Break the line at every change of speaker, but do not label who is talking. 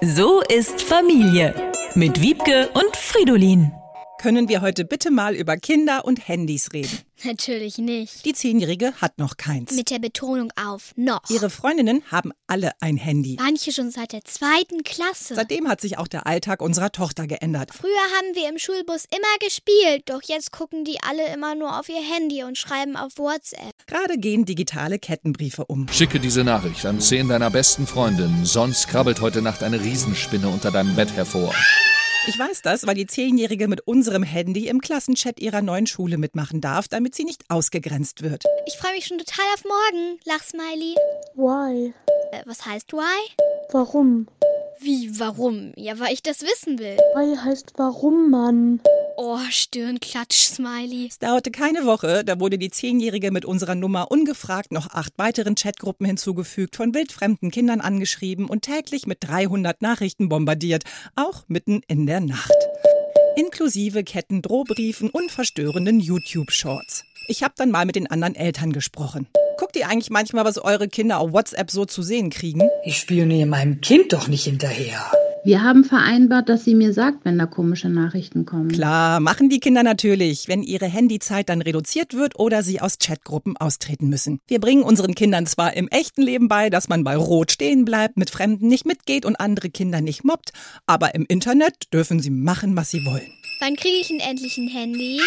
So ist Familie mit Wiebke und Fridolin.
Können wir heute bitte mal über Kinder und Handys reden?
Natürlich nicht.
Die Zehnjährige hat noch keins.
Mit der Betonung auf noch.
Ihre Freundinnen haben alle ein Handy.
Manche schon seit der zweiten Klasse.
Seitdem hat sich auch der Alltag unserer Tochter geändert.
Früher haben wir im Schulbus immer gespielt, doch jetzt gucken die alle immer nur auf ihr Handy und schreiben auf WhatsApp.
Gerade gehen digitale Kettenbriefe um.
Schicke diese Nachricht an zehn deiner besten Freundinnen, sonst krabbelt heute Nacht eine Riesenspinne unter deinem Bett hervor.
Ich weiß das, weil die Zehnjährige mit unserem Handy im Klassenchat ihrer neuen Schule mitmachen darf, damit sie nicht ausgegrenzt wird.
Ich freue mich schon total auf morgen, Lachsmiley.
Why?
Äh, was heißt why?
Warum?
Wie, warum? Ja, weil ich das wissen will.
Why heißt warum, Mann?
Oh, Stirnklatsch, Smiley.
Es dauerte keine Woche, da wurde die Zehnjährige mit unserer Nummer ungefragt noch acht weiteren Chatgruppen hinzugefügt, von wildfremden Kindern angeschrieben und täglich mit 300 Nachrichten bombardiert, auch mitten in der Nacht. Inklusive Kettendrohbriefen und verstörenden YouTube-Shorts. Ich habe dann mal mit den anderen Eltern gesprochen. Guckt ihr eigentlich manchmal, was eure Kinder auf WhatsApp so zu sehen kriegen?
Ich spioniere meinem Kind doch nicht hinterher.
Wir haben vereinbart, dass sie mir sagt, wenn da komische Nachrichten kommen.
Klar, machen die Kinder natürlich, wenn ihre Handyzeit dann reduziert wird oder sie aus Chatgruppen austreten müssen. Wir bringen unseren Kindern zwar im echten Leben bei, dass man bei Rot stehen bleibt, mit Fremden nicht mitgeht und andere Kinder nicht mobbt, aber im Internet dürfen sie machen, was sie wollen.
Wann kriege ich denn endlich ein Handy?